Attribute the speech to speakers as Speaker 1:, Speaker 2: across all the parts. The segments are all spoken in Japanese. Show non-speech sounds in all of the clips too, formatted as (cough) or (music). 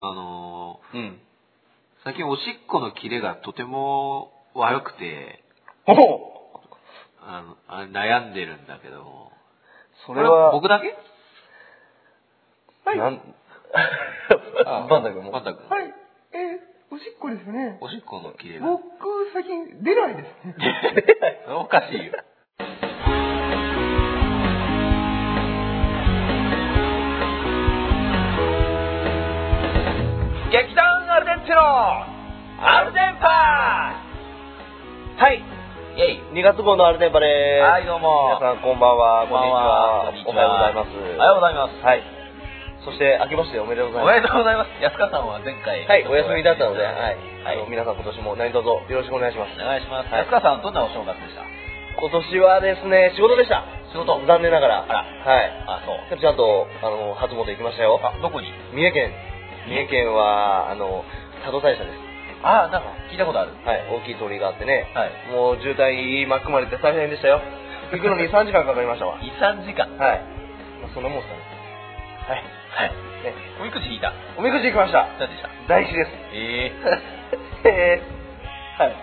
Speaker 1: あの
Speaker 2: うん。
Speaker 1: ー最近おしっこのキレがとても悪くて、
Speaker 2: お
Speaker 1: あのあ悩んでるんだけども。
Speaker 2: それは、
Speaker 1: こ僕だけ (laughs)
Speaker 2: なん、
Speaker 1: あ
Speaker 2: バンダ君も。
Speaker 1: バンダ君。
Speaker 3: はい。えー、おしっこですね。
Speaker 1: おしっこのキレが。
Speaker 3: 僕、最近出ないですね。
Speaker 1: それおかしいよ。
Speaker 2: 劇団アルデンチェロアルデンパ
Speaker 4: はい、
Speaker 2: イェイ
Speaker 4: 2月号のアルデンバで
Speaker 2: は
Speaker 4: ー
Speaker 2: い、
Speaker 4: す。
Speaker 2: どうも。
Speaker 4: 皆さんこんばんは、
Speaker 2: こんばんは。
Speaker 4: こんにちは。おはようございま
Speaker 2: おはようございます。
Speaker 4: す。はい。そして、明けましておめでとうござ
Speaker 2: お
Speaker 4: いま
Speaker 2: めで
Speaker 4: す。
Speaker 2: とうございます。安川さんは前回。
Speaker 4: はい、お休みだったので、
Speaker 2: は
Speaker 4: はいい。。
Speaker 2: はい
Speaker 4: あの、皆さん今年も何卒よろしくお願いします
Speaker 2: お。願いします。
Speaker 4: はい
Speaker 2: 安川さん、どんなお正月でした
Speaker 4: 今年はですね、仕事でした。
Speaker 2: 仕事
Speaker 4: 残念なが
Speaker 2: あ
Speaker 4: ら。
Speaker 2: ら
Speaker 4: はい。
Speaker 2: あ、そう。
Speaker 4: でもちゃんと、あの、初詣行きましたよ。
Speaker 2: あ、どこに
Speaker 4: 三重県。三重県は、あの、佐渡大社です。
Speaker 2: あ、なんか聞いたことある。
Speaker 4: はい、大きい鳥居があってね。
Speaker 2: はい。
Speaker 4: もう渋滞巻き込まれて大変でしたよ。行くのに3時間かかりましたわ。
Speaker 2: 2、3時間。はい。
Speaker 4: はい。まあ、そんなもんすかね。はい。ね、
Speaker 2: おみくじ引いた。
Speaker 4: おみくじ行きました。
Speaker 2: 何でした
Speaker 4: 大事です。
Speaker 2: ええ。
Speaker 4: (laughs) え
Speaker 2: はい。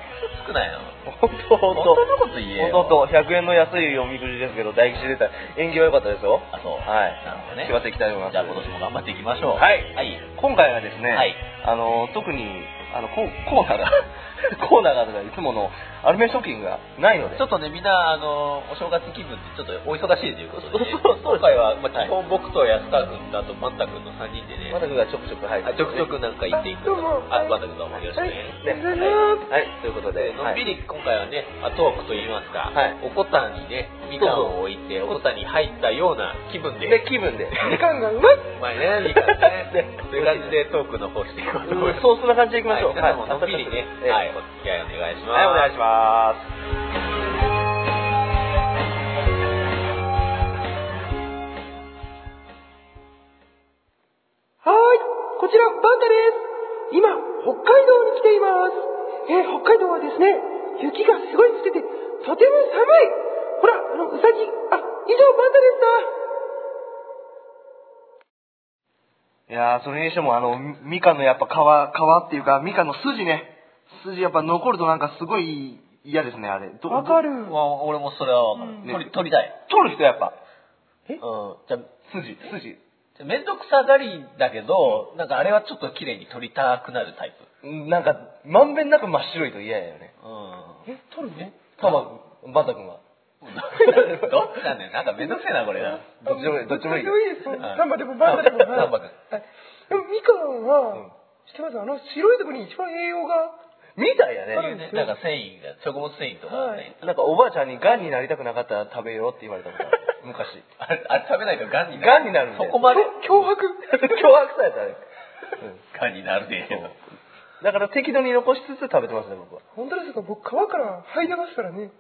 Speaker 2: 少ないな。
Speaker 4: ー、ほんとほん
Speaker 2: 本
Speaker 4: と。
Speaker 2: 当のこと言えよ
Speaker 4: ほんとほんと100円の安いおみくじですけど、大吉出た。縁起は良かったですよ。
Speaker 2: あ、そう。
Speaker 4: はい
Speaker 2: なるほどね。
Speaker 4: 気張っていきたいと思います
Speaker 2: じゃあ今年も頑張っていきましょう。
Speaker 4: はい
Speaker 2: はい。
Speaker 4: 今回はですね、
Speaker 2: はい
Speaker 4: あの、特に、あの、ココーナーが、 (laughs) コーナーがとかいつものアルメショッキングがないので。
Speaker 2: ちょっとね、みんな、あの、お正月気分ってちょっとお忙しいということで、ね、
Speaker 4: そうそうそう
Speaker 2: 今回は、まあ、
Speaker 4: はい
Speaker 2: 基本僕と安川君とあと万太君の3人でね、
Speaker 4: まだがちょくちょく入
Speaker 2: あ
Speaker 4: る。
Speaker 2: ちょくちょくなんか行っていく
Speaker 3: どうも
Speaker 2: あ、万太君どうもよろしくね。
Speaker 4: ね、
Speaker 3: はい
Speaker 4: はい、はいということで、
Speaker 2: でのんび
Speaker 4: り、
Speaker 2: り今回はね、まあトークといいますか、
Speaker 4: はい
Speaker 2: おこたにね、みかんを置いて、おこたに入ったような気分で、
Speaker 4: で、気分で。
Speaker 3: みかんがうまい
Speaker 2: まあね、みかんね
Speaker 4: (laughs) ね、
Speaker 2: そういう感じでトークの方していこうと思います。
Speaker 4: そうそんな感じでいきましょう。
Speaker 2: はい、皆さんものんびりね、
Speaker 4: ええ
Speaker 2: はい、お付き合いお願いします。
Speaker 4: はい、お願いします。
Speaker 3: はーい。こちら、バンダです。今、北海道に来ています。えー、北海道はですね、雪がすごい降ってて、とても寒い。ほら、あの、うさぎ。あ、以上、バンダでした。
Speaker 4: いやー、それにしても、あの、みみかんのやっぱ皮、皮っていうか、みかんの筋ね。筋やっぱ残るとなんかすごい嫌ですね、あれ。ど
Speaker 3: わかる
Speaker 4: ど
Speaker 2: まあ俺もそれはわかる
Speaker 3: うん。
Speaker 2: 取り、取りたい。
Speaker 4: 取る人やっぱ。
Speaker 2: うん。じゃあ
Speaker 4: 筋、筋。
Speaker 2: じゃあめんどくさがりだけど、なんかあれはちょっと綺麗に取りたくなるタイプ。
Speaker 4: なんか、まんべんなく真っ白いと嫌やよね。
Speaker 2: うん。
Speaker 3: え、取るね。
Speaker 4: たま、バタ君は。
Speaker 2: (laughs) どっちなんだよ。なんかめんどくせえな、これな。
Speaker 4: どっちでもいい、どっちでもいいよ。
Speaker 3: いです。サンバでもバンダで
Speaker 4: (laughs)
Speaker 3: も
Speaker 2: サンバでも
Speaker 3: はいでも、みかん
Speaker 4: うん
Speaker 3: は、知ってますあの、白いところに一番栄養が。
Speaker 4: みたいや
Speaker 3: あるん
Speaker 4: ね。
Speaker 3: です
Speaker 2: なんか繊維が、食物繊維とかね。
Speaker 4: なんかおばあちゃんにガンになりたくなかったら食べようって言われ
Speaker 2: (laughs)
Speaker 4: たことある。昔。
Speaker 2: あれ、あれ食べないとガンになる。
Speaker 4: ガンになるんだ
Speaker 2: そ
Speaker 4: よ
Speaker 2: こまで。
Speaker 3: 脅迫。
Speaker 4: 脅迫されたね。うん
Speaker 2: ガンになるね。
Speaker 4: そうだから適度に残しつつ食べてますね、僕は。
Speaker 3: 本当ですか僕、皮から剥いでますからね。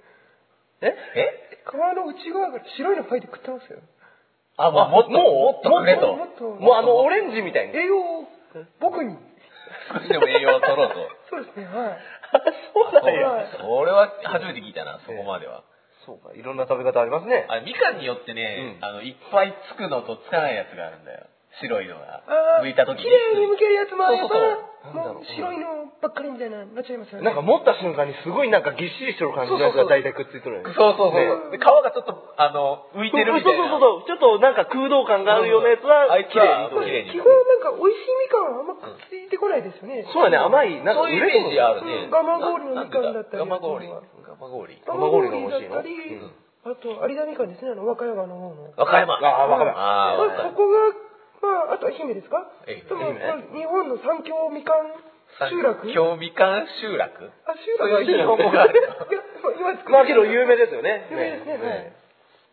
Speaker 4: え
Speaker 2: え
Speaker 3: 皮の内側から白いの剥いで食ってますよ。
Speaker 2: あ、まあ、もっと、もっとくれと。
Speaker 3: もっと
Speaker 4: もうあの、オレンジみたいに。
Speaker 3: 栄養を、僕に。
Speaker 2: 少しでも栄養を取ろう
Speaker 4: (laughs)
Speaker 2: と。
Speaker 3: そうですね、はい。
Speaker 4: あそうなんや。
Speaker 3: はい
Speaker 2: それは初めて聞いたな、そこまでは。
Speaker 4: そうか、いろんな食べ方ありますね。
Speaker 2: あみかんによってね、
Speaker 4: うん
Speaker 2: あのいっぱいつくのとつかないやつがあるんだよ白いのが
Speaker 3: あー
Speaker 2: 剥いた時に
Speaker 3: 綺麗に剥けるやつもあれば
Speaker 2: そう
Speaker 4: そうそうなんだろう
Speaker 3: もう白いのばっかりみたいな、なっちゃいますよね。
Speaker 4: なんか持った瞬間にすごいなんかぎっしりしてる感じのやつが大体くっついとるよね。
Speaker 2: そうそうそう、
Speaker 4: ね
Speaker 2: で皮がちょっとあの浮いてるみたいな
Speaker 4: そうそうそうそう。ちょっとなんか空洞感があるようなやつは、
Speaker 2: あいつは
Speaker 4: 綺麗にと
Speaker 2: 綺麗に
Speaker 3: 基本なんか美味しいみかんはあんまくっついてこないですよね。
Speaker 4: そうやね、甘い、なんか
Speaker 2: そういうイメージある
Speaker 3: う
Speaker 2: ね
Speaker 3: んガマゴリのみかんだったり
Speaker 2: ガマゴリ
Speaker 3: あ
Speaker 2: ガマゴリ
Speaker 3: ガ
Speaker 4: ガ
Speaker 3: マ
Speaker 4: マ
Speaker 3: ゴ
Speaker 4: ゴ
Speaker 3: リ
Speaker 4: リ
Speaker 3: だ
Speaker 4: が美味しいの
Speaker 3: ったり、
Speaker 4: うん
Speaker 3: あと有田みかんですね、あの和歌山の方の。
Speaker 2: 和歌山
Speaker 4: ああ、わかる。
Speaker 2: あー
Speaker 3: まあここが、まあ、あと愛媛ですか
Speaker 2: 愛媛
Speaker 3: でも
Speaker 4: 愛媛ね
Speaker 3: まあ日本の三強みかん集落
Speaker 2: 今日みかん集落
Speaker 3: あ、集
Speaker 2: そう
Speaker 3: 落
Speaker 2: いう
Speaker 3: いや
Speaker 2: 情報がある
Speaker 3: そう今作る
Speaker 4: まあけど有名ですよね。
Speaker 3: 有名ですねはい
Speaker 4: ね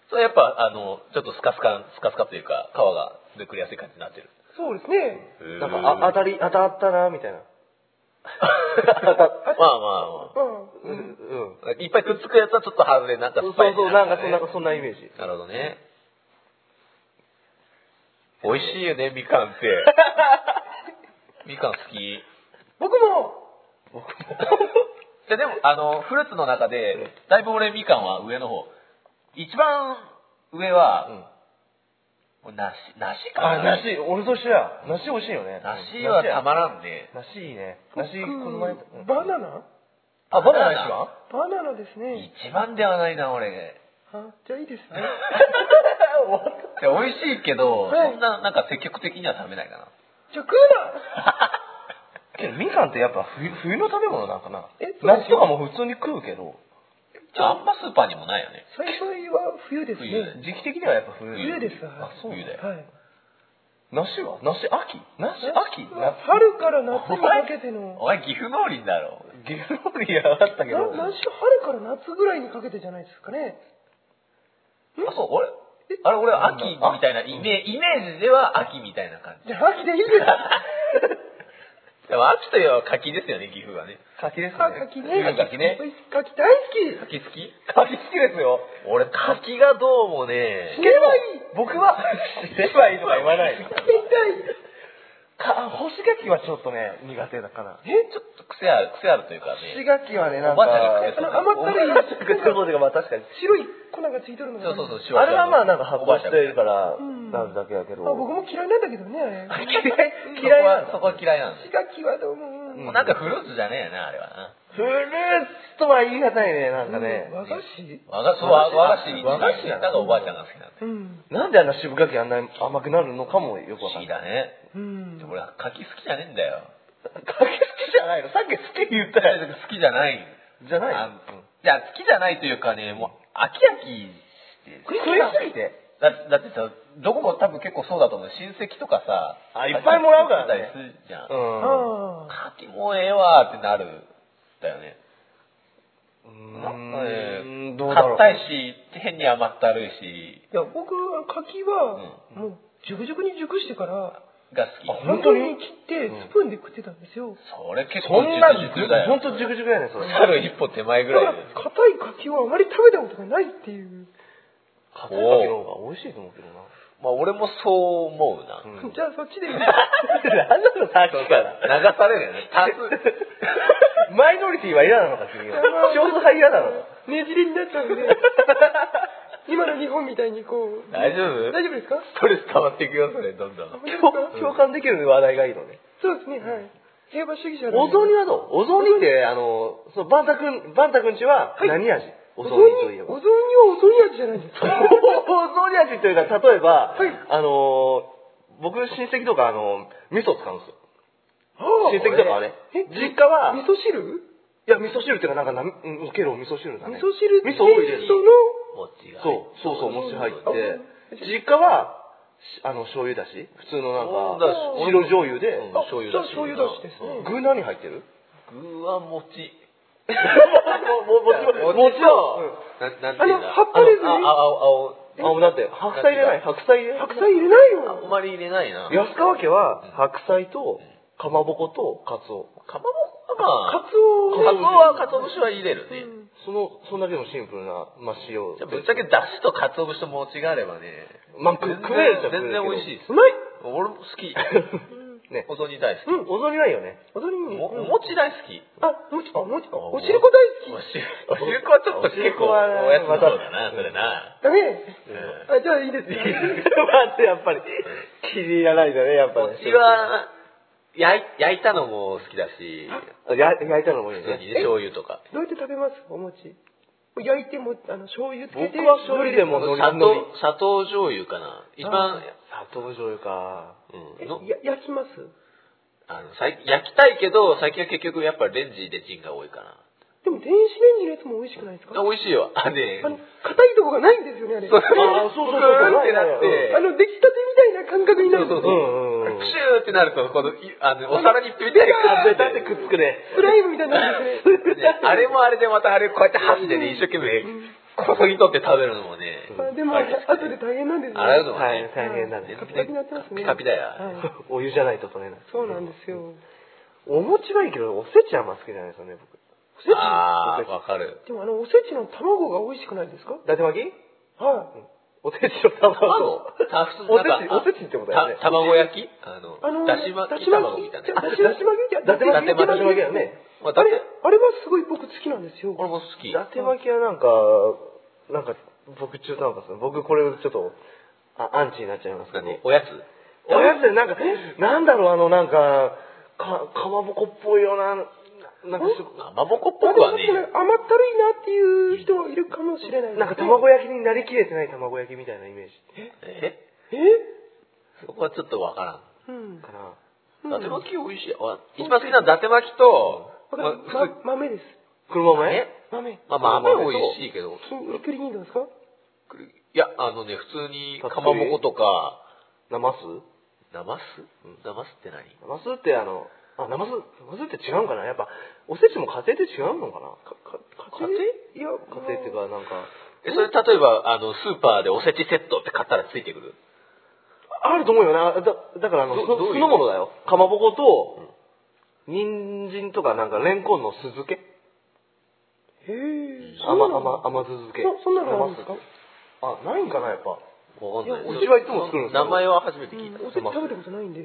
Speaker 2: それやっぱあのちょっとスカスカスカスカというか皮がめくりやすい感じになってる
Speaker 3: そうですね。
Speaker 4: なんか、あ、当たり、当たったな、みたいな。
Speaker 2: (laughs) まあまあまあ
Speaker 3: うん。
Speaker 4: うん。うん。
Speaker 2: いっぱいくっつくやつはちょっと外れなんか
Speaker 4: そう
Speaker 2: スパイス
Speaker 4: そう、なんかそんな、そんなイメージ。
Speaker 2: なるほどね。 (laughs) 美味しいよね、みかん (laughs) って。みかん好き。
Speaker 3: 僕も、
Speaker 2: ででも、あの、フルーツの中で、だいぶ俺みかんは上の方。一番上は、これ梨、梨か
Speaker 4: あ、
Speaker 2: な。
Speaker 4: 梨、俺と一緒や。梨美味しいよね。
Speaker 2: 梨はたまらんね。
Speaker 4: 梨いいね。梨、この前。うん
Speaker 3: バナナ
Speaker 4: あ、バナナ一番
Speaker 3: バナナですね。
Speaker 2: 一番ではないな、俺。
Speaker 3: あじゃあいいですね。 (laughs)
Speaker 2: で美味しいけど、
Speaker 3: はい
Speaker 2: そんな、なんか積極的には食べない (laughs) か
Speaker 3: じゃあ食うな
Speaker 4: けど、みかんってやっぱ冬冬の食べ物なんかな
Speaker 3: え。そう
Speaker 4: 梨とかも普通に食うけど、
Speaker 2: な。あんまスーパーにもないよね。
Speaker 3: 最初は冬です
Speaker 2: 冬
Speaker 3: ね。
Speaker 4: 時期的にはやっぱ冬。
Speaker 3: 冬です。
Speaker 2: あ、そうだよ。
Speaker 3: はい。
Speaker 4: 梨は梨、秋梨、秋
Speaker 3: まあ
Speaker 4: 夏。
Speaker 3: 春から夏にかけての。
Speaker 2: お前、岐阜農林だろ。
Speaker 4: ゲロリアだったけ
Speaker 3: な
Speaker 4: ど。
Speaker 3: 何しろ春から夏ぐらいにかけてじゃないですかね。
Speaker 2: あ、そう、俺、あれ、俺、秋みたいな、イメージ、イメージでは秋みたいな感
Speaker 4: (laughs)
Speaker 2: じ。
Speaker 3: じゃあ秋でいいです。
Speaker 2: (laughs) でも、秋といえば柿ですよね、岐阜はね。
Speaker 4: 柿ですね。
Speaker 3: あ柿ね。
Speaker 2: 柿ね
Speaker 3: 柿大好き。
Speaker 2: 柿好き
Speaker 4: 柿好きですよ。
Speaker 2: 俺、柿がどうもね
Speaker 3: 死、ねばいい。
Speaker 4: 僕は、知ればいいとか言わない。
Speaker 3: 食べたい。
Speaker 4: か干し柿はちょっとね、苦手だから。
Speaker 2: え、ちょっと癖ある、癖あるというか
Speaker 4: 干し
Speaker 2: ね。
Speaker 4: 柿はね、なん
Speaker 2: おばあちゃんが食って
Speaker 4: か、
Speaker 2: た
Speaker 3: あの甘ったるい
Speaker 4: おばあちゃんが食ってたことがまあ確かに。
Speaker 3: 白い粉がついてるの
Speaker 2: そ
Speaker 3: が。
Speaker 2: うそうそう、シ
Speaker 4: あれはまあなん
Speaker 2: お
Speaker 4: か発
Speaker 2: ばあちゃ
Speaker 4: 酵
Speaker 2: ん
Speaker 4: してるから
Speaker 3: うん、
Speaker 4: なるだけやけど。
Speaker 3: あ僕も嫌いなんだけどね、あれ。
Speaker 4: 嫌い、
Speaker 2: 嫌い
Speaker 4: 嫌い
Speaker 2: な
Speaker 4: なん
Speaker 2: だ
Speaker 4: んだ
Speaker 2: そこは嫌いなんだ
Speaker 3: 柿はどうも。
Speaker 4: うん
Speaker 2: もうなんかフルーツじゃねえよな、あれはな。
Speaker 4: フルーツとは言い難いね、なんかね。
Speaker 3: 和菓子
Speaker 2: 和菓子、和和菓子に
Speaker 4: 和菓子
Speaker 2: な
Speaker 4: なんんだ
Speaker 2: かおばあちゃんが好きなんだよ。
Speaker 3: うん。
Speaker 4: なんであんな渋柿あんなに甘くなるのかもよく
Speaker 2: 不
Speaker 4: わ
Speaker 2: 思
Speaker 4: かん
Speaker 2: 議
Speaker 4: ない。
Speaker 2: だね。
Speaker 3: うん。
Speaker 2: 俺、柿好きじゃねえんだよ。
Speaker 4: (laughs) 柿好きじゃないのさっき好き言ったやつ。
Speaker 2: 好きじゃない。
Speaker 4: じゃない
Speaker 2: あ
Speaker 4: のうん
Speaker 2: いや、好きじゃないというかね、もう、飽き飽きして。
Speaker 4: 食いすぎて。
Speaker 2: だだってさ、どこも多分結構そうだと思う。親戚とかさ、
Speaker 4: あいっぱいもらうからね
Speaker 2: 柿食ったりするじゃん。
Speaker 4: うん。
Speaker 3: ああ。
Speaker 2: 柿もうええわーってなるんだよね。
Speaker 4: う
Speaker 2: え
Speaker 4: ーん、どうだろう。
Speaker 2: 硬いし、変に甘ったるいし、
Speaker 3: いや、僕は柿は、もう、熟々に熟してから、
Speaker 2: が好き。
Speaker 4: あ
Speaker 3: 本
Speaker 4: 本
Speaker 3: 当
Speaker 4: 当
Speaker 3: に
Speaker 4: に
Speaker 3: 切って、スプーンで食ってたんですよ。
Speaker 2: それ結
Speaker 4: そ
Speaker 2: 構
Speaker 4: んな
Speaker 2: 熟熟だよ。
Speaker 4: 本当ジュクジュクやねそれ。
Speaker 2: ある一歩手前ぐ
Speaker 3: だ
Speaker 2: ら
Speaker 3: か
Speaker 2: い
Speaker 3: ら、
Speaker 2: で。
Speaker 3: 硬い柿はあまり食べたことがないっていう。
Speaker 4: 硬い柿の方が美味しいと思うけどな。
Speaker 2: まあ俺もそう思うな。
Speaker 4: うん
Speaker 3: じゃあ、そっちで。
Speaker 4: なんなのさっきから。
Speaker 2: 流されるよね。多数。
Speaker 4: マイノリティは嫌なのか君は。少数派嫌なのか。
Speaker 3: ねじれになっちゃう
Speaker 4: (laughs)
Speaker 3: んで。今の日本みたいにこう。
Speaker 2: 大丈夫
Speaker 3: 大丈夫ですか
Speaker 2: ストレス溜まっていくよ、それ、どんどん。
Speaker 3: 本当ですか
Speaker 4: 共感できる話題がいいのね。
Speaker 3: そうですね、はい。平和主義者なんで
Speaker 4: お雑煮はどうお雑煮って、あの、その、バンタ君、バンタ君ちは
Speaker 3: はい
Speaker 4: 何味、
Speaker 3: お
Speaker 4: お
Speaker 3: 雑
Speaker 4: 雑
Speaker 3: 煮
Speaker 4: 煮といえ
Speaker 3: お
Speaker 4: ば。お
Speaker 3: 雑煮はお雑煮味じゃないん
Speaker 4: (laughs)
Speaker 3: ですか
Speaker 4: 雑煮味というか、例えば、
Speaker 3: はい
Speaker 4: あの、僕、親戚とか、あの、味噌使うんですよ。親戚とかはね。
Speaker 3: え
Speaker 4: 実家は、
Speaker 3: 味噌汁
Speaker 4: いや、味噌汁っていうか、なんかな、うん、ケロ味噌汁だ
Speaker 3: 味
Speaker 4: ね。
Speaker 3: 噌汁って
Speaker 4: 味噌多いです。
Speaker 3: その
Speaker 2: 餅が。
Speaker 4: そう、そうそう、餅入って
Speaker 3: あうん。
Speaker 4: 実家は、しあの、醤油だし、普通のなんか
Speaker 2: うん、
Speaker 4: 白醤油で、
Speaker 2: うん
Speaker 3: あ
Speaker 2: 醤油
Speaker 3: じゃあ
Speaker 2: だし
Speaker 3: 醤油だしですね。
Speaker 4: 具何入ってる
Speaker 2: 具は餅。
Speaker 4: ももももちろ
Speaker 2: な、
Speaker 4: ん。
Speaker 2: なんて
Speaker 3: あ
Speaker 2: い
Speaker 3: の
Speaker 2: うん、だ
Speaker 3: 葉っぱですね
Speaker 2: あ。のあ青、青、
Speaker 4: あ、もうだって、白菜入れない、白菜入れない。
Speaker 3: 白菜入れない
Speaker 2: あん
Speaker 3: よ。
Speaker 2: まり入れないな。
Speaker 4: 安川家は、白菜と、かまぼこと、かつお。
Speaker 2: かまぼこはまあ、
Speaker 3: カツオ
Speaker 2: かつおは、かつお節は入れるね。
Speaker 4: その、そんだけのシンプルな、まあ、塩
Speaker 2: じゃ。あぶっちゃけだしとかつお節と餅があればね、
Speaker 4: まあ、く
Speaker 2: 全然
Speaker 4: 食えるじゃん。
Speaker 2: 全然美味しいです
Speaker 4: うまい
Speaker 2: 俺も好
Speaker 4: (laughs)
Speaker 2: き。
Speaker 4: ね。
Speaker 2: お雑煮大好
Speaker 4: うん、お雑煮ないよね。
Speaker 3: お雑
Speaker 2: き。
Speaker 3: 煮に。
Speaker 2: もお餅大好き。
Speaker 3: あ、もちか、もちか。
Speaker 2: お
Speaker 3: お汁粉大好
Speaker 2: お
Speaker 3: き。
Speaker 2: 汁お汁粉はちょっと結構、おやつの方だな、それな。
Speaker 3: ダメ。あ、じゃあいい
Speaker 4: (laughs)
Speaker 3: ですね。
Speaker 4: 待って、やっぱり。気に入らないんだね、やっぱり。
Speaker 2: 餅は、焼い焼いたのも好きだし、
Speaker 4: や焼いたのもいい
Speaker 2: 普
Speaker 4: ね
Speaker 2: 通にね醤油とか。
Speaker 3: どうやって食べますお餅。焼いても、あの、醤油つけて。
Speaker 4: 僕は醤油でも
Speaker 2: 砂
Speaker 4: 海苔
Speaker 2: 糖、砂糖醤油かな。一番、
Speaker 4: 砂糖醤油か
Speaker 2: う
Speaker 3: え
Speaker 2: ん、の
Speaker 3: や焼きます
Speaker 2: あの最焼きたいけど、最近は結局やっぱレンジでチンが多いかな。
Speaker 3: でも電子レンジのやつも美味しくないですか
Speaker 2: あ美味しいよ。あ、ね
Speaker 3: あの、硬いとこがないんですよ (laughs) ね、あれ。
Speaker 2: そう
Speaker 4: あそうそ
Speaker 2: ブ
Speaker 4: うそう
Speaker 2: クーンってなっ
Speaker 3: あ
Speaker 2: て、
Speaker 3: の、出来たてみたいな感覚になるんです
Speaker 2: そう
Speaker 3: よ。
Speaker 4: ん
Speaker 2: クシューってなると、この、いあの、お皿にペタッ
Speaker 4: あベ
Speaker 2: て
Speaker 4: タってくっつくね
Speaker 3: スライムみたいになるんですね。
Speaker 2: ねあれもあれでまたあれこうやって箸でね、一生懸命、こそぎ取って食べるのもね。
Speaker 3: あでも、
Speaker 2: あれ
Speaker 3: 後で大変なんですよ。
Speaker 2: あれだと思う
Speaker 4: は
Speaker 2: ね
Speaker 4: い。大変だね
Speaker 3: カピカピになってますね。
Speaker 2: カピカピだよ
Speaker 3: はい
Speaker 4: お湯じゃないと取れない
Speaker 3: そうなんですよ。
Speaker 4: お餅はいいけどおせちあんま好きじゃないですよね僕
Speaker 3: おせち
Speaker 2: あー、わかる。
Speaker 3: でもあの、おせちの卵が美味しくないですか
Speaker 4: 伊達巻き
Speaker 3: はい。
Speaker 4: おせちの卵
Speaker 2: 卵た普通
Speaker 4: お
Speaker 2: な
Speaker 4: せ
Speaker 2: ん
Speaker 4: ち
Speaker 2: か
Speaker 4: おせちってことだよね
Speaker 2: た卵焼きあの、
Speaker 3: あの、
Speaker 2: だし巻
Speaker 3: だ
Speaker 2: き
Speaker 3: し
Speaker 2: 卵
Speaker 3: 巻
Speaker 2: み
Speaker 3: き
Speaker 2: たい
Speaker 3: じゃ
Speaker 2: な。
Speaker 3: だしだし巻き
Speaker 4: 伊達巻き
Speaker 2: 伊達巻き
Speaker 4: 伊達巻きだよね
Speaker 2: まあ、だ
Speaker 3: あ
Speaker 2: って
Speaker 3: れ、あれはすごい僕好きなんですよ。
Speaker 2: 俺も好き。
Speaker 4: 伊達巻きはなんかなんか僕中途半端ですね僕これちょっとあアンチになっちゃいますか
Speaker 2: 何
Speaker 4: ね。
Speaker 2: おやつ
Speaker 4: おやつでなんか、なんだろう、あの、なんか、か、かまぼこっぽいような、ななんかすご
Speaker 2: かまぼこっぽくはねえ
Speaker 3: なん
Speaker 2: よ
Speaker 3: か甘ったるいなっていう人もいるかもしれない。
Speaker 4: なんか卵焼きになりきれてない卵焼きみたいなイメージ
Speaker 2: え
Speaker 3: え
Speaker 2: そこはちょっとわか
Speaker 3: うん。
Speaker 4: かな。
Speaker 2: らん。伊達巻き美味しい。あ一番好きなのは伊達巻きと、
Speaker 3: これ
Speaker 2: まあ普通
Speaker 3: ま、豆です。
Speaker 4: 黒豆
Speaker 2: え
Speaker 3: 豆。
Speaker 2: まあまあ、
Speaker 4: まあまあ
Speaker 2: 豆美味しいけど、
Speaker 3: ひひっくりにどうですか
Speaker 2: いや、あのね、普通にかまぼことか、
Speaker 4: ナマス
Speaker 2: なますなますって何
Speaker 4: ナマスってあの、あ、ナマス、ナマスって違うんかなやっぱ、おせちも家庭で違うのかな
Speaker 2: 家庭
Speaker 3: いや、
Speaker 4: 家庭っていうか、なんか、
Speaker 2: え、それ例えば、あの、スーパーでおせちセットって買ったらついてくる
Speaker 4: あると思うよな。だだからあの、
Speaker 2: ど
Speaker 4: す
Speaker 2: どういう
Speaker 4: 酢の物だよ。かまぼこと、人参とかなんか、レンコンの酢漬け
Speaker 3: へえ。そん
Speaker 4: 甘、
Speaker 3: なの
Speaker 4: 甘、甘酢漬け。
Speaker 3: そそんなのあるんですか
Speaker 4: 甘酢あ、ないんかな、やっぱ。
Speaker 2: わかんないい。
Speaker 4: やうちはいつも作るんですよ
Speaker 2: 名前は初めて
Speaker 3: う
Speaker 2: 聞い
Speaker 3: ん
Speaker 2: た。
Speaker 3: おせち食べたことないんで。い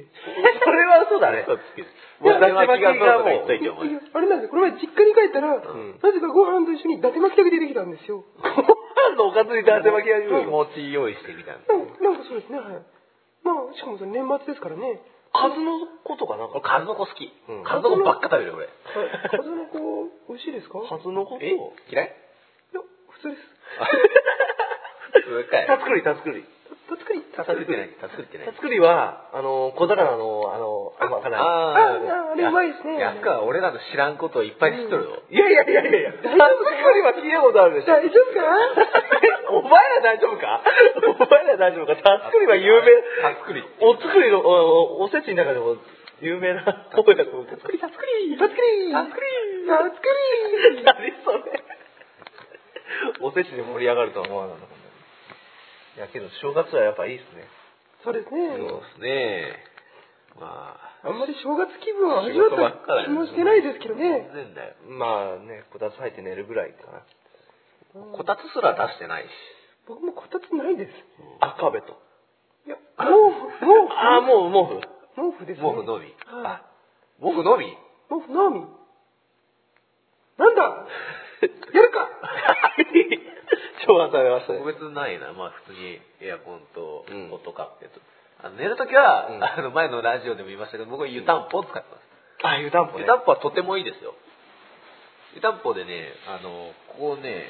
Speaker 4: それは嘘だね
Speaker 2: そうですけど
Speaker 4: いや
Speaker 2: もう伊達巻きがどうとか言っといて、お
Speaker 3: や
Speaker 2: 前
Speaker 3: いや。あれなんですよ。この前実家に帰ったら、な
Speaker 4: ん
Speaker 3: ぜかご飯と一緒に伊達巻きだけ出てきたんですよ。
Speaker 4: ご飯のおかずに伊達巻きが言うよ。
Speaker 2: 餅用意してみたんだ。
Speaker 3: なんかなんかそうですね、はい。まあ、しかもその年末ですからね。
Speaker 4: 数の子とかなん
Speaker 2: 俺、
Speaker 4: か、
Speaker 2: 数の子好き
Speaker 4: うん。
Speaker 2: 数の子ばっか食べるよ、俺。
Speaker 3: はい。数の子、美味しいですかいや、
Speaker 4: 数の子と、
Speaker 2: え嫌い
Speaker 3: 普通です。
Speaker 2: それか
Speaker 4: タ
Speaker 2: い。
Speaker 4: ツクリ、タツクリ。
Speaker 3: たつくり。
Speaker 2: た作ってない。た作ってない
Speaker 4: タ。ツクリは、あの、小魚の、あの、甘辛い。
Speaker 3: あ
Speaker 2: あ
Speaker 3: あ、あれうまいですね。
Speaker 2: 安川、俺らの知らんことをいっぱい知っとるよ。
Speaker 4: いやいやいやいやいや、タツクリは聞いたことあるでしょ。
Speaker 2: (laughs)
Speaker 3: 大丈夫か
Speaker 4: お前ら大丈夫かお前ら大丈夫かタツクリは有名。
Speaker 2: た作り。
Speaker 4: お作りの、おおおせちの中でも有名な方やと思うけど。タツクリ、タツクリ
Speaker 3: たつくり。
Speaker 4: タツクリ
Speaker 3: たつくり。
Speaker 4: 何それおせちで盛り上がるとは思わなかった。いやけど正月はやっぱいいっすね。
Speaker 3: そうです
Speaker 2: そう
Speaker 3: ね。
Speaker 2: ですね。まあ。
Speaker 3: あんまり正月気分は味わった気もしてないですけどね。
Speaker 2: 全然だよ。
Speaker 4: まあね、こたつ入って寝るぐらいかな。
Speaker 2: こたつすら出してないし。
Speaker 3: 僕もこたつないです。
Speaker 4: 赤べと。
Speaker 3: いや、毛布、毛布。
Speaker 4: ああ、もう毛布。
Speaker 3: 毛布ですね。
Speaker 2: 毛布のみ。
Speaker 3: はい
Speaker 2: あ、毛布のみ
Speaker 3: 毛布のみ。なんだやる
Speaker 4: (laughs)
Speaker 3: か
Speaker 4: 正月食べましたね
Speaker 2: 特。別ないな。まあ普通にエアコンと
Speaker 4: うん
Speaker 2: ホットカップと。あの寝るときは、
Speaker 4: うん
Speaker 2: あの前のラジオでも言いましたけど、僕は湯たんぽを使ってます。
Speaker 4: あ、湯たんぽね
Speaker 2: 湯。たんぽはとてもいいですよ。湯たんぽでね、あの、ここね、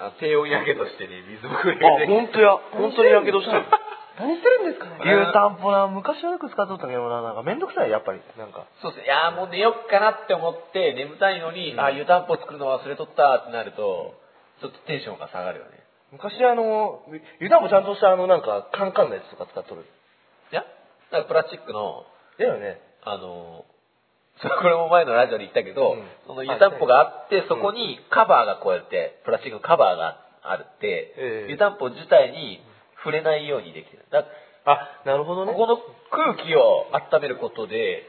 Speaker 2: あ低温やけどしてね、水ぶくれが
Speaker 4: あ、
Speaker 2: ね。
Speaker 4: 本当や。本当にやけどして (laughs) る。
Speaker 3: (laughs) 何してるんですかね
Speaker 2: あれ
Speaker 4: 牛タンポな、昔はよく使っとったけどな、なんかめんどくさい、やっぱり。なんか。
Speaker 2: そうですね。いやーもう寝よっかなって思って、眠たいのに、あ、湯たんぽ作るの忘れとったってなると、ちょっとテンションが下がるよね。
Speaker 4: 昔あの、湯たんぽちゃんとしたあの、なんか、カンカンのやつとか使っとる。
Speaker 2: いや、だからプラスチックの、
Speaker 4: だよね。
Speaker 2: あの、それこれも前のラジオで言ったけど、
Speaker 4: うん
Speaker 2: その湯たんぽがあって、そこにカバーがこうやって、プラスチックのカバーがあるって、
Speaker 4: ええ
Speaker 2: 湯たんぽ自体に触れないようにできてる。だ
Speaker 4: あ、なるほどね。
Speaker 2: ここの空気を温めることで、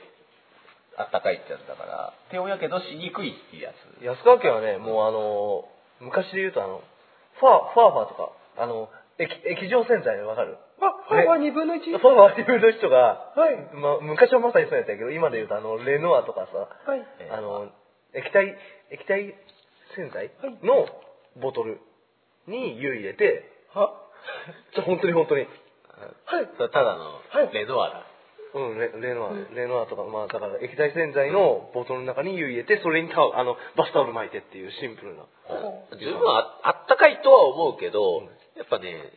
Speaker 2: あったかいってやつだから、低温やけどしにくいっていうやつ。
Speaker 4: 安川家はね、もうあの、昔で言うとあの、ファー、ファーファーとか、あの、液液状洗剤わかる
Speaker 3: あ、ファーは2分の 1?
Speaker 4: ファーファーっていうの人が、
Speaker 3: はい。
Speaker 4: ま、昔はまさにそうやったけど、今で言うとあの、レノアとかさ、
Speaker 3: はい。
Speaker 2: ええ
Speaker 4: あの、液体、液体洗剤
Speaker 3: はい
Speaker 4: のボトルに湯入れて、
Speaker 3: は
Speaker 4: (laughs) ちょ、本当に本当に。
Speaker 3: はい。
Speaker 2: それただの
Speaker 3: はい
Speaker 2: レノアだ。
Speaker 4: うん、レレノア、レノアとか、まあだから液体洗剤のボトルの中に湯入れて、それにタオル、あの、バスタオル巻いてっていうシンプルな。
Speaker 2: 十分ああったかいとは思うけど、やっぱね、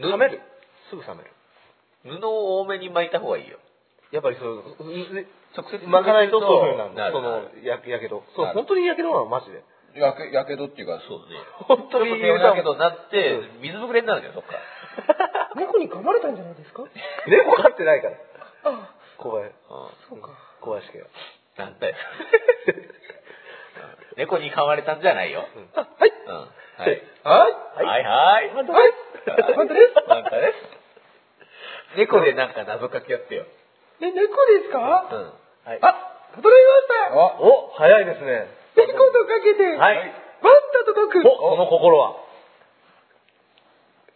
Speaker 2: 布
Speaker 4: 冷める。すぐ冷める。
Speaker 2: 布を多めに巻いた方がいいよ。
Speaker 4: やっぱりそう、う
Speaker 2: 直接
Speaker 4: 巻かないとそういうふうになる
Speaker 2: なる
Speaker 4: その、や、やけど。そう、
Speaker 2: なる
Speaker 4: 本当にやけどなの、マジで。
Speaker 2: やけ、やけどっていうか、そうね。
Speaker 4: 本当
Speaker 2: ちょっ
Speaker 4: に
Speaker 2: と手
Speaker 4: 言う
Speaker 2: だ
Speaker 4: た
Speaker 2: けどなって、水ぶくれになるんだよ、そっから。
Speaker 3: 猫に噛まれたんじゃないですか
Speaker 4: 猫飼ってないから。
Speaker 3: あ
Speaker 4: 小林、
Speaker 2: うん
Speaker 3: そうか。
Speaker 4: 小林家は。
Speaker 2: なんだよ。うん猫に噛まれたんじゃないよ。
Speaker 3: あ、はい。
Speaker 2: うん。はい。
Speaker 3: はい。
Speaker 2: はいはい。
Speaker 3: 本当です
Speaker 2: はい
Speaker 3: 本当です
Speaker 2: 本当です猫でなんか謎かけやってよ。
Speaker 3: え、猫です
Speaker 2: う
Speaker 3: か
Speaker 2: ん。
Speaker 4: はい。
Speaker 3: あ、整いました
Speaker 4: お、早いですね。
Speaker 3: ヘリコートをかけて、
Speaker 4: はい
Speaker 3: バッと届く。 (laughs)
Speaker 4: お、その心は。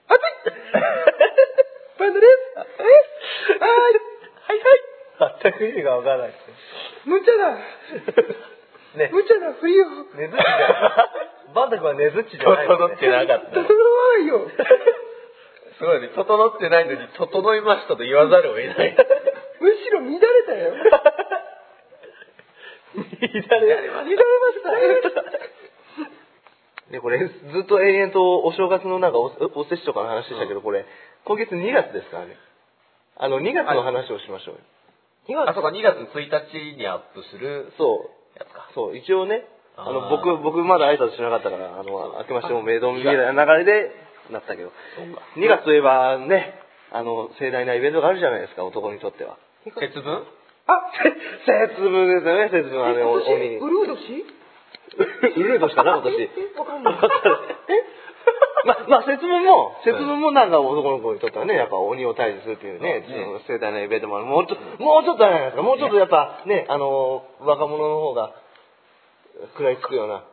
Speaker 3: 熱いバンドです。はい。はい。はい
Speaker 4: 全く意味がわからないです
Speaker 3: 無茶だ。
Speaker 4: ね。ね
Speaker 3: 無茶なふりを。
Speaker 4: ねずっちじゃない。バンタ君はねずっちじゃない、ね。
Speaker 3: (laughs)
Speaker 2: 整ってなかった
Speaker 3: 整わないよ。
Speaker 2: すごいね、整ってないのに、整いましたと言わざるを得 (laughs) ない。
Speaker 3: むしろ乱れたよ。
Speaker 2: 乱れま
Speaker 3: 乱れました。 (laughs)
Speaker 4: で、これ、ずっと延々とお正月のなんかおおせちとかの話でしたけど、これ、今月2月ですからね。あの、2月の話をしましょうよ。
Speaker 2: す。あ、そうか、2月1日にアップする
Speaker 4: そう、
Speaker 2: やつか。
Speaker 4: そう、一応ね、あの、
Speaker 2: あー
Speaker 4: 僕、僕まだ挨拶しなかったから、あの、明けましておめでとうみたいな流れでなったけど、2月といえばね、あの、盛大なイベントがあるじゃないですか、男にとっては。
Speaker 2: 節分
Speaker 3: あ、
Speaker 4: 節分ですよね、節分はね、お
Speaker 3: 今
Speaker 4: 鬼
Speaker 3: 年、
Speaker 4: に。
Speaker 3: うるう年
Speaker 4: うるうとしたな、今年。
Speaker 3: えわかんない。
Speaker 4: ま (laughs) まあ、節分も、節分もなんか男の子にとってはね、やっぱ鬼を退治するっていうね、
Speaker 2: そうね
Speaker 4: その盛大なイベントもある。もうちょっと、もうちょっとじゃないですか。もうちょっとやっぱね、あの、若者の方が、食らいつくような。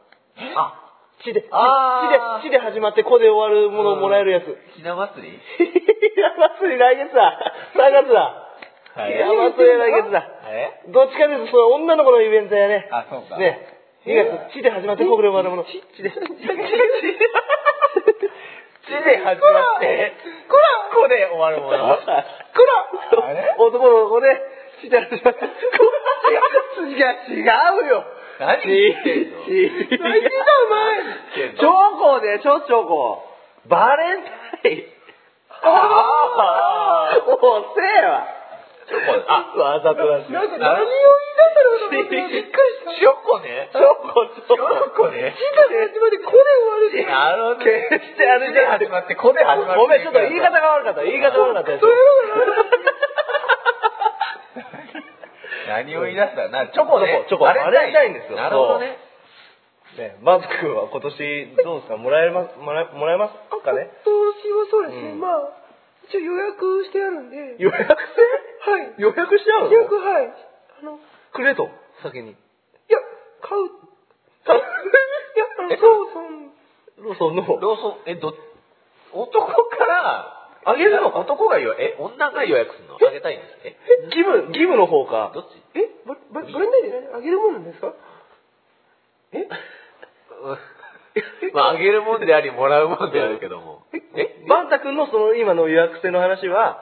Speaker 2: あ、
Speaker 4: 地で、地で
Speaker 2: あー、
Speaker 4: 地で始まって子で終わるものをもらえ
Speaker 2: (laughs)
Speaker 4: るやつ。
Speaker 2: ひな祭り
Speaker 4: ひな祭り来月だ !3 月だ
Speaker 2: は
Speaker 4: ひ
Speaker 2: い
Speaker 4: な祭りは来月だ
Speaker 2: あれ
Speaker 4: どっちかというと、その女の子のイベントやね。
Speaker 2: あそうか
Speaker 4: ね。2月、地で始まって、国で終わるもの。地で。地で始ま
Speaker 2: こら
Speaker 4: って、
Speaker 2: こで終わるもの。
Speaker 4: こ
Speaker 2: あ
Speaker 4: ら
Speaker 2: れ
Speaker 4: 男の子で、地で始まって、こら違う、違うよ
Speaker 2: 何言ってんの
Speaker 4: 違う
Speaker 3: 泣いてたお前。
Speaker 4: 超高で、超超高。バレンタイン。
Speaker 2: あー
Speaker 4: おせえわ。
Speaker 2: チョコねあ、
Speaker 4: わざとらしい。
Speaker 3: なんか何を言い出したのかと思ってびっくりした。
Speaker 2: チョコね。
Speaker 4: 超高、
Speaker 2: チ
Speaker 4: 超
Speaker 2: ョコね
Speaker 3: 地。下の始まり、これ終わるじゃ
Speaker 2: なる
Speaker 3: ん。
Speaker 2: ほどね。
Speaker 4: 決してあれじゃなくて
Speaker 2: 始まって、こで始まる。
Speaker 4: ごめん、ちょっと言い方が悪かった。言い方が悪かったです。
Speaker 3: そういうことな
Speaker 2: 何を言い出したな、チョコね。
Speaker 4: チョコチョコバレンタインですよ
Speaker 2: なるほどね。
Speaker 4: ね、マズ君は今年、どうですかもらえます、もらえもらえますかね
Speaker 3: 今年はそうですね、
Speaker 4: うん
Speaker 3: まあ、一応予約してあるんで。
Speaker 4: 予約
Speaker 3: はい。
Speaker 4: 制予約しちゃうの
Speaker 3: 予約、はい。あの、い
Speaker 4: くれと、先に。
Speaker 3: や、買う。いや、あの、そうそう。
Speaker 4: ローソンの。
Speaker 2: ローソン、え、ど、男から、
Speaker 4: あげるのか
Speaker 2: 男が予約、え、女が予約するのあげたいんですね。
Speaker 4: 義務、義務の方か。 (laughs)
Speaker 2: どっち
Speaker 3: え、バババレンタインで何あげるもんなんですかえ
Speaker 2: まあ、あげるもんであり、もらうもんであるけども。え
Speaker 4: バンタ君のその今の予約制の話は、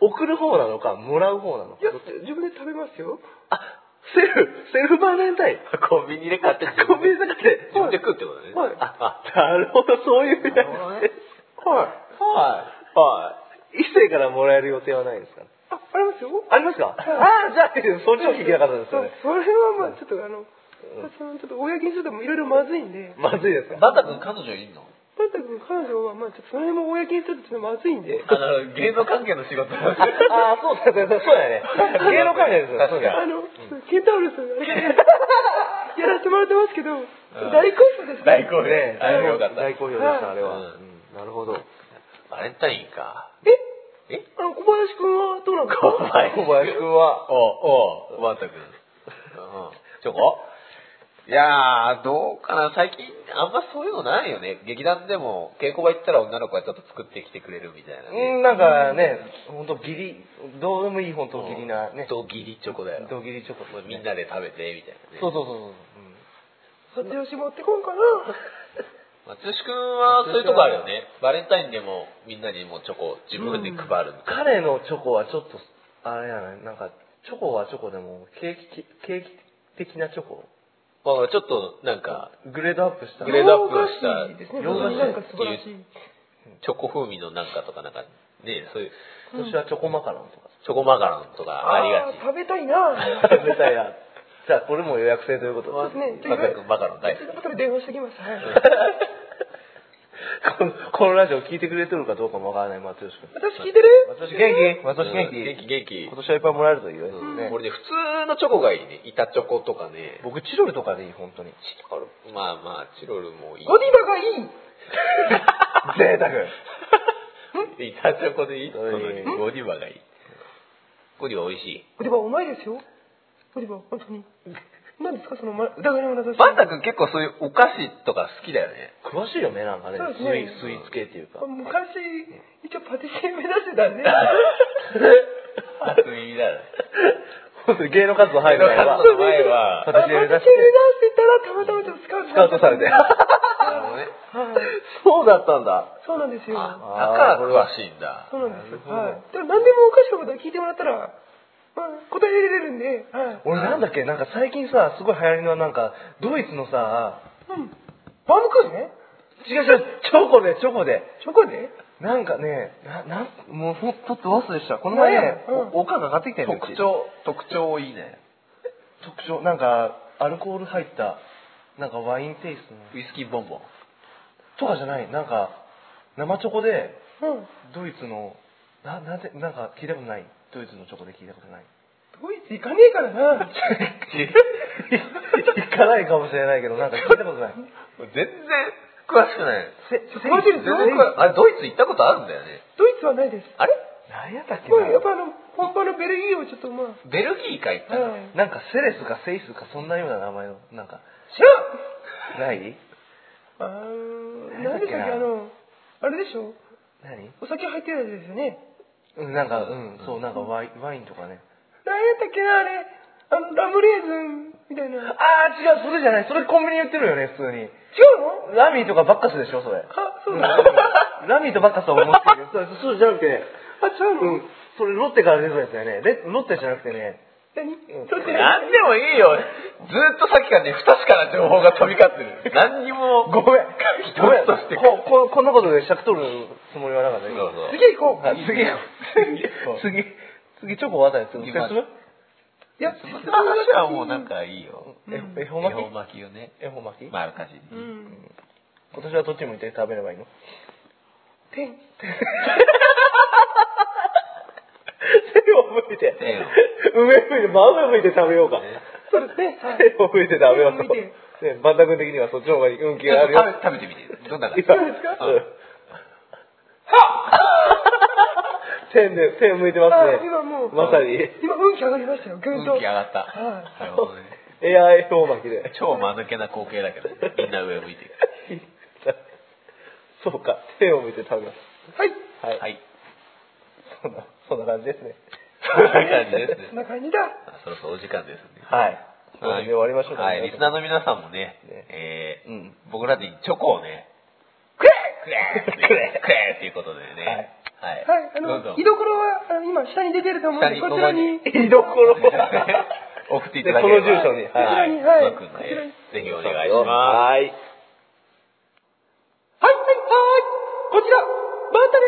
Speaker 4: 送る方なのか、もらう方なのか
Speaker 3: い。や、自分で食べますよ。
Speaker 4: あ、セルフ、セルフバレンタイン。
Speaker 2: コンビニで買って
Speaker 4: コンビニで買って
Speaker 2: 自分で食うってことね。
Speaker 3: はい
Speaker 2: あ、あ、
Speaker 4: なるほど、そういう意味
Speaker 2: なるほどね
Speaker 4: なんですね。は。
Speaker 2: はい。はい
Speaker 4: 異性からもらえる予定はないですか
Speaker 3: あ、ありますよ。
Speaker 4: ありますかああ、じゃあ、そっちも聞けなかったですよね。
Speaker 3: そそれはまあ、ちょっとあの、私のちょっと公にするともいろいろまずいんで、
Speaker 4: まずいです
Speaker 2: い。
Speaker 4: か
Speaker 2: バタ君彼女いんの
Speaker 3: まったく彼女はまあ、ちょっとその辺も公にするとちょっとまずいんで、
Speaker 2: あの、芸能関係の仕事。
Speaker 4: ああ、そうだよね、そうだ
Speaker 2: (laughs)
Speaker 4: よね。芸能界ですよ、
Speaker 2: 確かに
Speaker 4: そうだ
Speaker 3: あ
Speaker 4: よ。
Speaker 3: の、ケンタウルス、あれやらせてもらってますけど、大好評で
Speaker 2: (laughs)
Speaker 3: す
Speaker 2: 大
Speaker 3: ね。
Speaker 2: 好評
Speaker 4: ね
Speaker 2: ね。あれよかった。
Speaker 4: 大好評でした、あれは。
Speaker 2: うん
Speaker 4: うんなるほど。
Speaker 2: バレンタインか。
Speaker 3: え
Speaker 2: え
Speaker 3: あの、小林くんはどうなんですか
Speaker 2: 小林
Speaker 4: (laughs) 小林君は、
Speaker 2: おう、おう、バンタ君。うん。チョコいやー、どうかな。最近、あんまそういうのないよね。劇団でも、稽古場行ったら女の子がちょっと作ってきてくれるみたいな
Speaker 4: う
Speaker 2: ね。
Speaker 4: ん、なんかね、ほんとギリ、どうでもいいほんとギリなね、
Speaker 2: ドギリチョコだよ。
Speaker 4: ドギリチョコとかね
Speaker 2: みんなで食べて、みたいなね。
Speaker 4: そうそうそうそう。
Speaker 3: そっちをし持ってこんかな。
Speaker 2: 松吉くんはそういうとこあるよね。バレンタインでもみんなにもうチョコを自分で配るみたいな。
Speaker 4: 彼のチョコはちょっと、あれやな、なんか、チョコはチョコでも、ケーキ、ケーキ的なチョコ
Speaker 2: まあちょっとなんか、
Speaker 4: グレードアップした。
Speaker 2: グレードアップした
Speaker 3: 洋菓子ですね。
Speaker 4: 洋
Speaker 3: 本当
Speaker 4: 菓
Speaker 3: にな
Speaker 4: 子
Speaker 3: んか素晴らしい。
Speaker 2: チョコ風味のなんかとかなんか、ね、そういう、
Speaker 4: 今年はチョコマカロンとか。 (laughs)
Speaker 2: チョコマカロンとかありがち
Speaker 3: ー。食べたいな。
Speaker 4: 食べたいや。じゃあ、これも予約制ということ
Speaker 3: そうですね。
Speaker 2: バカ君マカロン大好
Speaker 3: ち
Speaker 2: き
Speaker 3: ょっと後で電話してきます。はい。
Speaker 4: このこのラジオ聞いてくれてるかどうかもわからない松吉君。
Speaker 3: 私聞いてる
Speaker 4: 松吉元気松吉元
Speaker 2: うん元気
Speaker 4: 気
Speaker 2: 元気
Speaker 4: 今年はいっぱいもらえるといいよ
Speaker 2: うん
Speaker 4: ね。
Speaker 2: 俺ね、普通のチョコがいいね。板チョコとかね。
Speaker 4: 僕、チロルとかでいい、本当に。
Speaker 2: チロルまあまあ、チロルもいい。
Speaker 3: ゴディバがいい。
Speaker 4: 贅沢。
Speaker 2: 板チョコでいい
Speaker 4: うん
Speaker 2: ゴディバがいい。ゴディバ美味しい。
Speaker 3: ゴディバうまいですよ。ゴディバ、本当に。何ですか、その、ま、疑いの謎
Speaker 2: バンタ君結構そういうお菓子とか好きだよね。
Speaker 4: 詳しいよね、なんかね
Speaker 3: そうで。
Speaker 4: ス
Speaker 3: すね
Speaker 4: イスイーツ系っていうか。
Speaker 3: 昔、一応パティシエ目指して
Speaker 2: (laughs)
Speaker 3: たんで。
Speaker 2: 厚みだね。
Speaker 4: 本当に芸能活動
Speaker 2: 前
Speaker 4: 入る前は
Speaker 2: の、前は
Speaker 4: パ、
Speaker 3: あパ
Speaker 4: ティシエ目指し
Speaker 3: ティシ
Speaker 4: て
Speaker 3: エ目指してたら、たまたまちょっとスカウト
Speaker 4: スカウトされて。
Speaker 2: なるほどね。
Speaker 3: はい。
Speaker 2: そうだったんだ。
Speaker 3: そうなんですよ。
Speaker 2: あ
Speaker 4: あ
Speaker 2: だから詳しいんだ。
Speaker 3: そうなんですよ。はい。でも何でもおかしなこと聞いてもらったら、まあ、答えられるんで、はい。
Speaker 4: 俺なんだっけなんか最近さすごい流行りのなんかドイツのさ
Speaker 3: うん。バウムクーヘン
Speaker 4: 違う違うチョコでチョコで
Speaker 3: チョコで
Speaker 4: なんかねななんもうほんとどうすでしたこの前ね、
Speaker 3: うん
Speaker 4: おおかが買ってきたんだよ
Speaker 2: 特徴、特徴いいね。
Speaker 4: 特徴なんかアルコール入ったなんかワインテイストの
Speaker 2: ウイスキーボンボン。
Speaker 4: とかじゃないなんか生チョコで
Speaker 3: うん。
Speaker 4: ドイツのななぜなんか聞いたことないドイツのチョコで聞いた (laughs) ことない
Speaker 3: ドイツ行かねえからな。
Speaker 4: いかないかもしれないけどなんか聞いたことない
Speaker 2: 全然詳しくない。
Speaker 4: せ
Speaker 3: そこまで
Speaker 2: 全然
Speaker 3: 全
Speaker 2: 詳
Speaker 3: 然
Speaker 2: しくあれ、ドイツ行ったことあるんだよね。
Speaker 3: ドイツはないです。
Speaker 2: あれ
Speaker 4: 何やったっけ
Speaker 3: まあ、やっぱあ
Speaker 4: な
Speaker 3: の、本場のベルギーをちょっとまあ、はい。
Speaker 2: ベルギーか行ったの。
Speaker 4: なんかセレスかセイスかそんなような名前のなんか
Speaker 3: 知らん
Speaker 4: ない
Speaker 3: あー、なんでしたっけ、あの、あれでしょ
Speaker 4: 何
Speaker 3: お酒入ってるやつですよね。
Speaker 4: うんなんかうんそうなんかワインワインとかね
Speaker 3: 何やったっけな、あれ。あの、ラムレーズンみたいな。
Speaker 4: ああ違うそれじゃないそれコンビニに売ってるよね普通に
Speaker 3: 違うの
Speaker 4: ラミーとかバッカスでしょそれ
Speaker 3: あ、そうだ。
Speaker 4: ラミーとバッカスは思ってるけどそうそうじゃなくてね
Speaker 3: あ、違うの、
Speaker 4: うんそれロッテから出たやつだよねレロッテじゃなくてね
Speaker 3: 何
Speaker 4: ん
Speaker 3: それって何
Speaker 2: 何でもいいよ。ずーっとさっきからね、不確かな情報が飛び交ってる。何にも。
Speaker 4: ごめん
Speaker 2: 一
Speaker 4: ごめん
Speaker 2: つとして
Speaker 4: こここんなことで尺取るつもりはなかったけど
Speaker 2: そう
Speaker 3: 次行こう。
Speaker 4: あ次次次チョコ渡るつ
Speaker 2: 次
Speaker 4: 説明する
Speaker 3: いや、
Speaker 2: その話はもうなんかいいよ。
Speaker 4: え恵
Speaker 2: 恵
Speaker 4: 方巻き
Speaker 2: 方巻きをね。
Speaker 4: 恵方巻き
Speaker 2: まあ、ある感じに。
Speaker 3: うん。
Speaker 4: 今年はどっち向いて食べればいいの
Speaker 3: 天。
Speaker 4: 手を向いて
Speaker 2: 手を
Speaker 4: 上向いて真上向いて食べようか
Speaker 3: そうですね。はい。
Speaker 4: 手を向いて食べよ
Speaker 3: 手
Speaker 4: う
Speaker 3: を向いて
Speaker 4: とねバンタ君的にはそっちの方が運気
Speaker 2: ちょ
Speaker 4: が
Speaker 2: っ
Speaker 4: ある
Speaker 2: と食
Speaker 4: よ
Speaker 2: べ食べてみて。どんな感じ
Speaker 4: 今
Speaker 3: そうですか
Speaker 4: うん天で手を向いてます
Speaker 3: あ
Speaker 4: ね
Speaker 3: 今もう、
Speaker 4: まさに
Speaker 3: 今運気上がりましたよ、ぐん
Speaker 2: 運
Speaker 3: と。
Speaker 2: 気上がった。
Speaker 3: は
Speaker 2: なる
Speaker 3: い
Speaker 2: ほどね。
Speaker 4: エア恵方巻きで
Speaker 2: 超間抜けな光景だけど、ね、みんな上向いてる。
Speaker 4: そうか手を向いて食べます
Speaker 3: はい。
Speaker 4: はい、
Speaker 2: はい。
Speaker 4: そんなそんな感じですね
Speaker 2: そんな感じです
Speaker 3: そん
Speaker 2: ね。
Speaker 3: な感じだ。
Speaker 2: あそろそろお時間ですね。
Speaker 4: はいこれで終わりましょうか
Speaker 2: はい、リスナーの皆さんもね、
Speaker 4: ね
Speaker 2: えー
Speaker 4: うん
Speaker 2: 僕らにチョコをね、
Speaker 3: くれ
Speaker 2: くれくれくれっていうことでね、はい。
Speaker 3: はい、あ
Speaker 2: どうぞ
Speaker 3: の、居所は、あの今、下に出てると思うん
Speaker 2: 下に
Speaker 3: で、こちらに。
Speaker 4: 居所
Speaker 2: (laughs)
Speaker 4: (laughs)
Speaker 2: 送っていただければ。
Speaker 4: でこの住所に
Speaker 2: は。
Speaker 4: はい
Speaker 3: こちらにはい
Speaker 2: くん
Speaker 3: こちらに
Speaker 2: で、ぜひお願いしま
Speaker 4: は
Speaker 3: はい、はい、はい。
Speaker 4: い
Speaker 3: こちら、バータで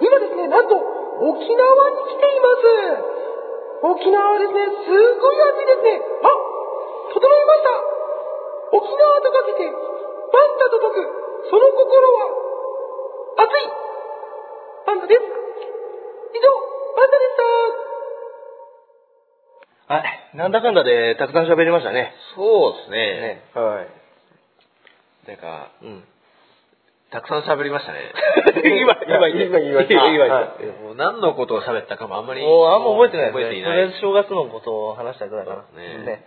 Speaker 3: す。今ですね、なんと、沖縄に来ています。沖縄はですね、すごい暑いですね。あ、整いました。沖縄とかけて、バンタと解く、その心は、熱い。バンタです。以上、バンタでした。
Speaker 4: はい。なんだかんだで、たくさん喋りましたね。
Speaker 2: す。そうですね。
Speaker 4: ね。はい。
Speaker 2: なんか、
Speaker 4: うん。
Speaker 2: たくさん喋りましたね。
Speaker 4: (laughs) 今、今、
Speaker 2: (laughs)
Speaker 4: 今、今、今、今、今。
Speaker 2: はいもう何のことを喋ったかもあんまり。
Speaker 4: もう、あんま覚えてないですね。
Speaker 2: 覚えてい
Speaker 4: と
Speaker 2: な
Speaker 4: りあえ
Speaker 2: い
Speaker 4: ず。正月のことを話したぐらいか
Speaker 2: そう
Speaker 4: な。
Speaker 2: ですね
Speaker 4: ね。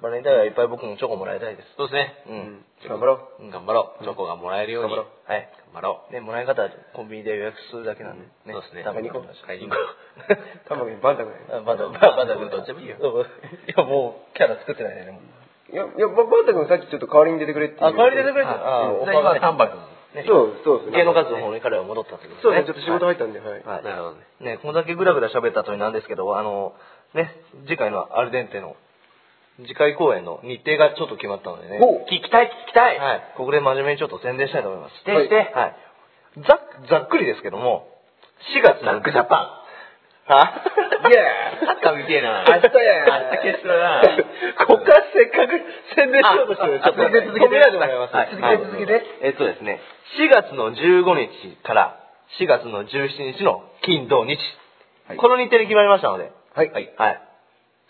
Speaker 4: バレンタインはいっぱい僕もチョコもらいたいです。
Speaker 2: そうですね。
Speaker 4: うん。
Speaker 2: 頑張ろう。頑張ろう。チョコがもらえるように。
Speaker 4: 頑張ろう。はい。
Speaker 2: 頑張ろ
Speaker 4: ね、もらい方はコンビニで予約するだけなんで。
Speaker 2: う。そうですね。
Speaker 4: 食べに行こう。
Speaker 2: 買いに行こ
Speaker 4: (laughs)
Speaker 2: う。
Speaker 4: タマ君、バンダ君。バンダ君、
Speaker 2: バンダ君どっちもいいよ
Speaker 4: うんいや、もう、キャラ作ってないね、もう。
Speaker 5: いや、いや、ば、ばあたくんさっきちょっと代わりに出てくれっていう。
Speaker 4: あ、代わりに出てくれてる。
Speaker 2: あ
Speaker 4: あー、お
Speaker 2: じゃあ今、丹波君。
Speaker 4: ね
Speaker 5: そうそうですね
Speaker 4: 芸能活動の方に彼は戻ったってことです
Speaker 5: そう
Speaker 4: ね
Speaker 5: ね、ちょっと仕事入ったんで、はい。
Speaker 4: はい。
Speaker 2: なるほどね。
Speaker 4: ね、こんだけぐらぐら喋った後になんですけど、あの、ね、次回のアルデンテの次回公演の日程がちょっと決まったのでね、は
Speaker 2: 聞きたい、聞きたい。
Speaker 4: い、ここで真面目にちょっと宣伝したいと思います。
Speaker 2: してして
Speaker 4: はい。ざっざっくりですけども、4月
Speaker 2: ザックジャパン。
Speaker 4: (laughs) は
Speaker 2: いや
Speaker 4: (laughs)
Speaker 2: サッカー見てえな。
Speaker 4: 明日や
Speaker 2: 明日決勝だな。
Speaker 4: (laughs) ここからせっかく宣伝しようとしてる
Speaker 2: ああ続けて続けて
Speaker 4: 止めないでもらいます。
Speaker 2: はい
Speaker 4: 続けて続けて。えっとですね、4月の15日から4月の17日の金土日、この日程に決まりましたので、はい。はい。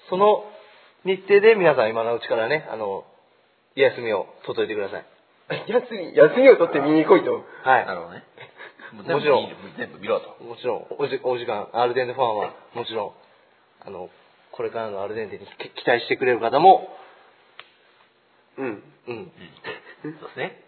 Speaker 4: その日程で皆さん今のうちからね、あの、休みを取っといてくださ (laughs) い。
Speaker 5: 休み、休みを取って見に来いと。
Speaker 4: はい
Speaker 2: な。るほどね。もう
Speaker 4: もちろん
Speaker 2: 全部見ろと。
Speaker 4: もちろんおじ、お時間、アルデンテファンは、もちろん、あの、これからのアルデンテにき期待してくれる方も、
Speaker 5: うん。
Speaker 4: うん、
Speaker 2: そうですね。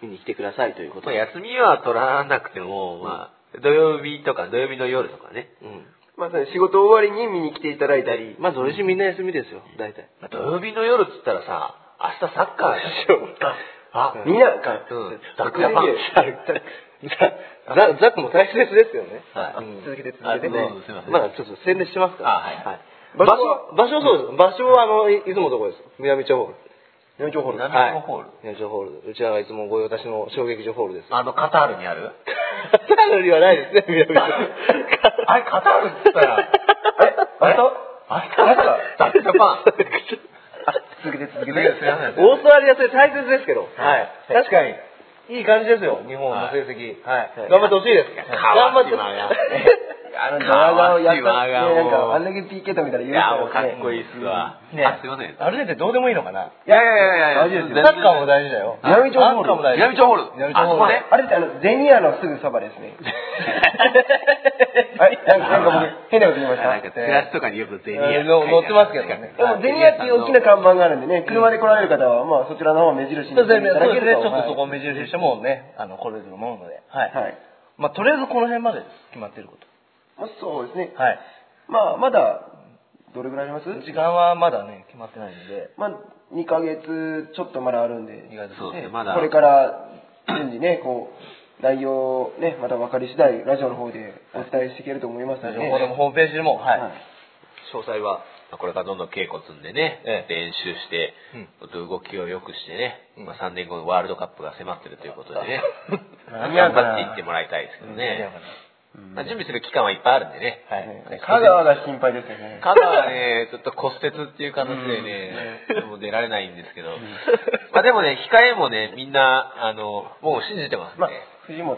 Speaker 4: 見に来てくださいということ
Speaker 2: まあ、
Speaker 4: で。
Speaker 2: 休みは取らなくても、まあ、土曜日とか、土曜日の夜とかね。
Speaker 4: うん。
Speaker 5: まあ、その仕事終わりに見に来ていただいたり。
Speaker 4: まあ、どれしみんな休みですよ、大体。
Speaker 2: まあ土曜日の夜っつったらさ、明日サッカーだよ。
Speaker 4: あ
Speaker 3: 見なあかん。
Speaker 4: うん
Speaker 3: ザック
Speaker 4: ザックザザックも大切ですよね。
Speaker 6: はい
Speaker 4: うん
Speaker 3: 続けて続
Speaker 6: あ
Speaker 3: けて。
Speaker 6: どうぞすいません
Speaker 4: まだちょっと宣伝してますから。
Speaker 6: あはい
Speaker 4: 場
Speaker 3: 場
Speaker 4: 所
Speaker 3: 所は、
Speaker 4: は場所はそうです。場所は、あの、いいつものとこです。南町ホール。
Speaker 3: 南京ホール。
Speaker 6: 南
Speaker 4: は
Speaker 6: 町
Speaker 4: い
Speaker 6: ホール
Speaker 4: 南町ホール。うちらがいつもご用達の小劇場ホール (laughs) です。
Speaker 6: あの、カタールにある
Speaker 4: カタールにはないですね、南町。
Speaker 6: あれ、カタールって言ったら、えあれあれカタールだってジャパン。
Speaker 3: 続けて続
Speaker 6: す
Speaker 3: け
Speaker 6: い
Speaker 3: て。
Speaker 6: ません
Speaker 4: (laughs) オーストラリア戦大切ですけど。はい。
Speaker 6: はい
Speaker 4: 確かに。いい感じですよ、日本の成績。はい。
Speaker 3: はい
Speaker 4: 頑張ってほしいです。頑張ってほしい。
Speaker 3: あの、ドラガをやった
Speaker 6: 川島が
Speaker 3: ね、なん
Speaker 6: もう
Speaker 3: か、あんだけ PK と見たら許
Speaker 6: い
Speaker 3: せ
Speaker 6: や、
Speaker 3: な
Speaker 6: もうか
Speaker 3: い
Speaker 6: っこいいっすわ。あ、すいません。
Speaker 4: ある程度どうでもいいのかな。
Speaker 6: いやいやいやいや、
Speaker 3: 大事ですよ
Speaker 4: サッカーも大事だよ。
Speaker 3: 南町ホール
Speaker 4: サッカーも大事。
Speaker 6: 南町ホール
Speaker 4: 南町ホール。
Speaker 6: あ
Speaker 3: あれってあの、ゼニアのすぐそば
Speaker 4: (laughs)
Speaker 3: ですね。はい、なんかなんか僕、変なこと言いまし
Speaker 6: なんか、チ
Speaker 3: た。
Speaker 6: ラシとかによくゼニア
Speaker 4: えーの載ってますけどね
Speaker 3: でも、ゼニアっていう大きな看板があるんでね、車で来られる方は、まあ、そちらの方を目印にして
Speaker 4: そう
Speaker 3: い
Speaker 4: で
Speaker 3: た
Speaker 4: すね、
Speaker 3: だけると。
Speaker 4: ちょっとそこを目印にしてもうね、あの、これぞもので。はい。
Speaker 3: はい。
Speaker 4: まあ、とりあえずこの辺までです、決まってるこ
Speaker 3: まあそうですね。
Speaker 4: と。はい。
Speaker 3: まあ、まだ、どれぐらいあります
Speaker 4: 時間はまだね、決まってないので、
Speaker 3: まあ、2ヶ月ちょっとまだあるんで、
Speaker 4: 意外と
Speaker 6: そうですね、
Speaker 4: ね
Speaker 6: まだ。
Speaker 3: これから順次ね、こう、内容をね、また分かり次第、ラジオの方でお伝えしていけると思いますので、
Speaker 4: 情報でもホームページでも、はい。
Speaker 3: はい
Speaker 4: 詳細は、
Speaker 2: まあこれからどんどん稽古積んでね、
Speaker 4: ええ
Speaker 2: 練習して、動きを良くしてね、
Speaker 4: うん
Speaker 2: まあ、3年後のワールドカップが迫ってるということで (laughs) ね、
Speaker 3: 間
Speaker 2: 頑
Speaker 3: に合うかな
Speaker 2: 張っていってもらいたいですけどね、
Speaker 3: うん
Speaker 2: まあ、準備する期間はいっぱいあるんでね、
Speaker 4: はい。
Speaker 3: ね香川が心配ですよね。
Speaker 2: 香川はね、ちょっと骨折っていう形でね、もう出られないんですけど、まあでもね、控えもね、みんな、あの、もう信じてますね。
Speaker 3: まあ、藤本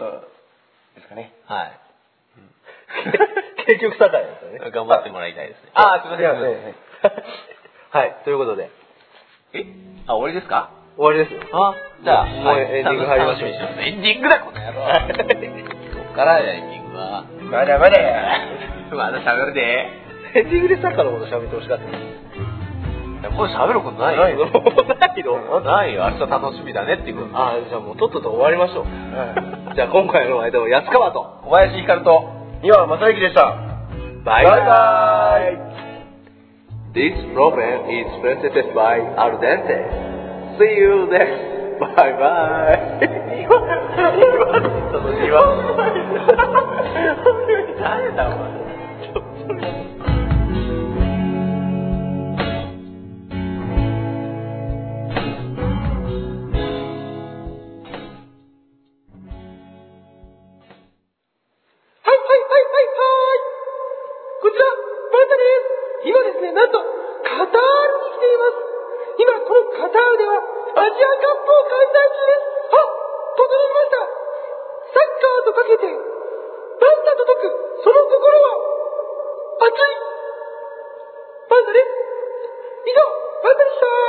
Speaker 3: ですかね。
Speaker 2: はい。
Speaker 4: (laughs) 結局、サタイですよね。
Speaker 2: 頑張ってもらいたいですね。ああ、すいません。すいません
Speaker 3: ね
Speaker 4: はい、ということで、
Speaker 2: えあ、終わりですか
Speaker 4: (laughs) 終わりですよ。
Speaker 2: あじゃあ、
Speaker 4: もうエンディング入りましょう
Speaker 2: 楽みにてますエンディングだ、この野郎。
Speaker 4: (laughs)
Speaker 2: こっからだよ、エンディングは。
Speaker 3: まだまだ。
Speaker 2: (laughs) まだ喋るで。
Speaker 4: エンディングでサッカーのこと喋ってほしかった。
Speaker 2: これ喋ることないよ。
Speaker 4: (laughs) ない
Speaker 2: (laughs)
Speaker 4: の
Speaker 2: ないよ、明日楽しみだねっていうこと。
Speaker 4: あーじゃあもうとっとと終わりま
Speaker 2: (laughs)
Speaker 4: しょう。じゃあ今回の間は安川と、
Speaker 2: 小林ひかると、
Speaker 3: 今、正幸でした。
Speaker 4: バイ
Speaker 3: バイバイ
Speaker 4: This program is presented by Al Dente. See you next. (laughs) Bye bye. 誰だお前
Speaker 7: はいはいはいはいはい。こちら、バンタです。今ですね、なんと、カタールに来ています。今、このカタールでは、アジアカップを開催中です。あ、整いました。サッカーとかけて、バンタと解く、その心は、熱い。バンタです。以上、バンタでした。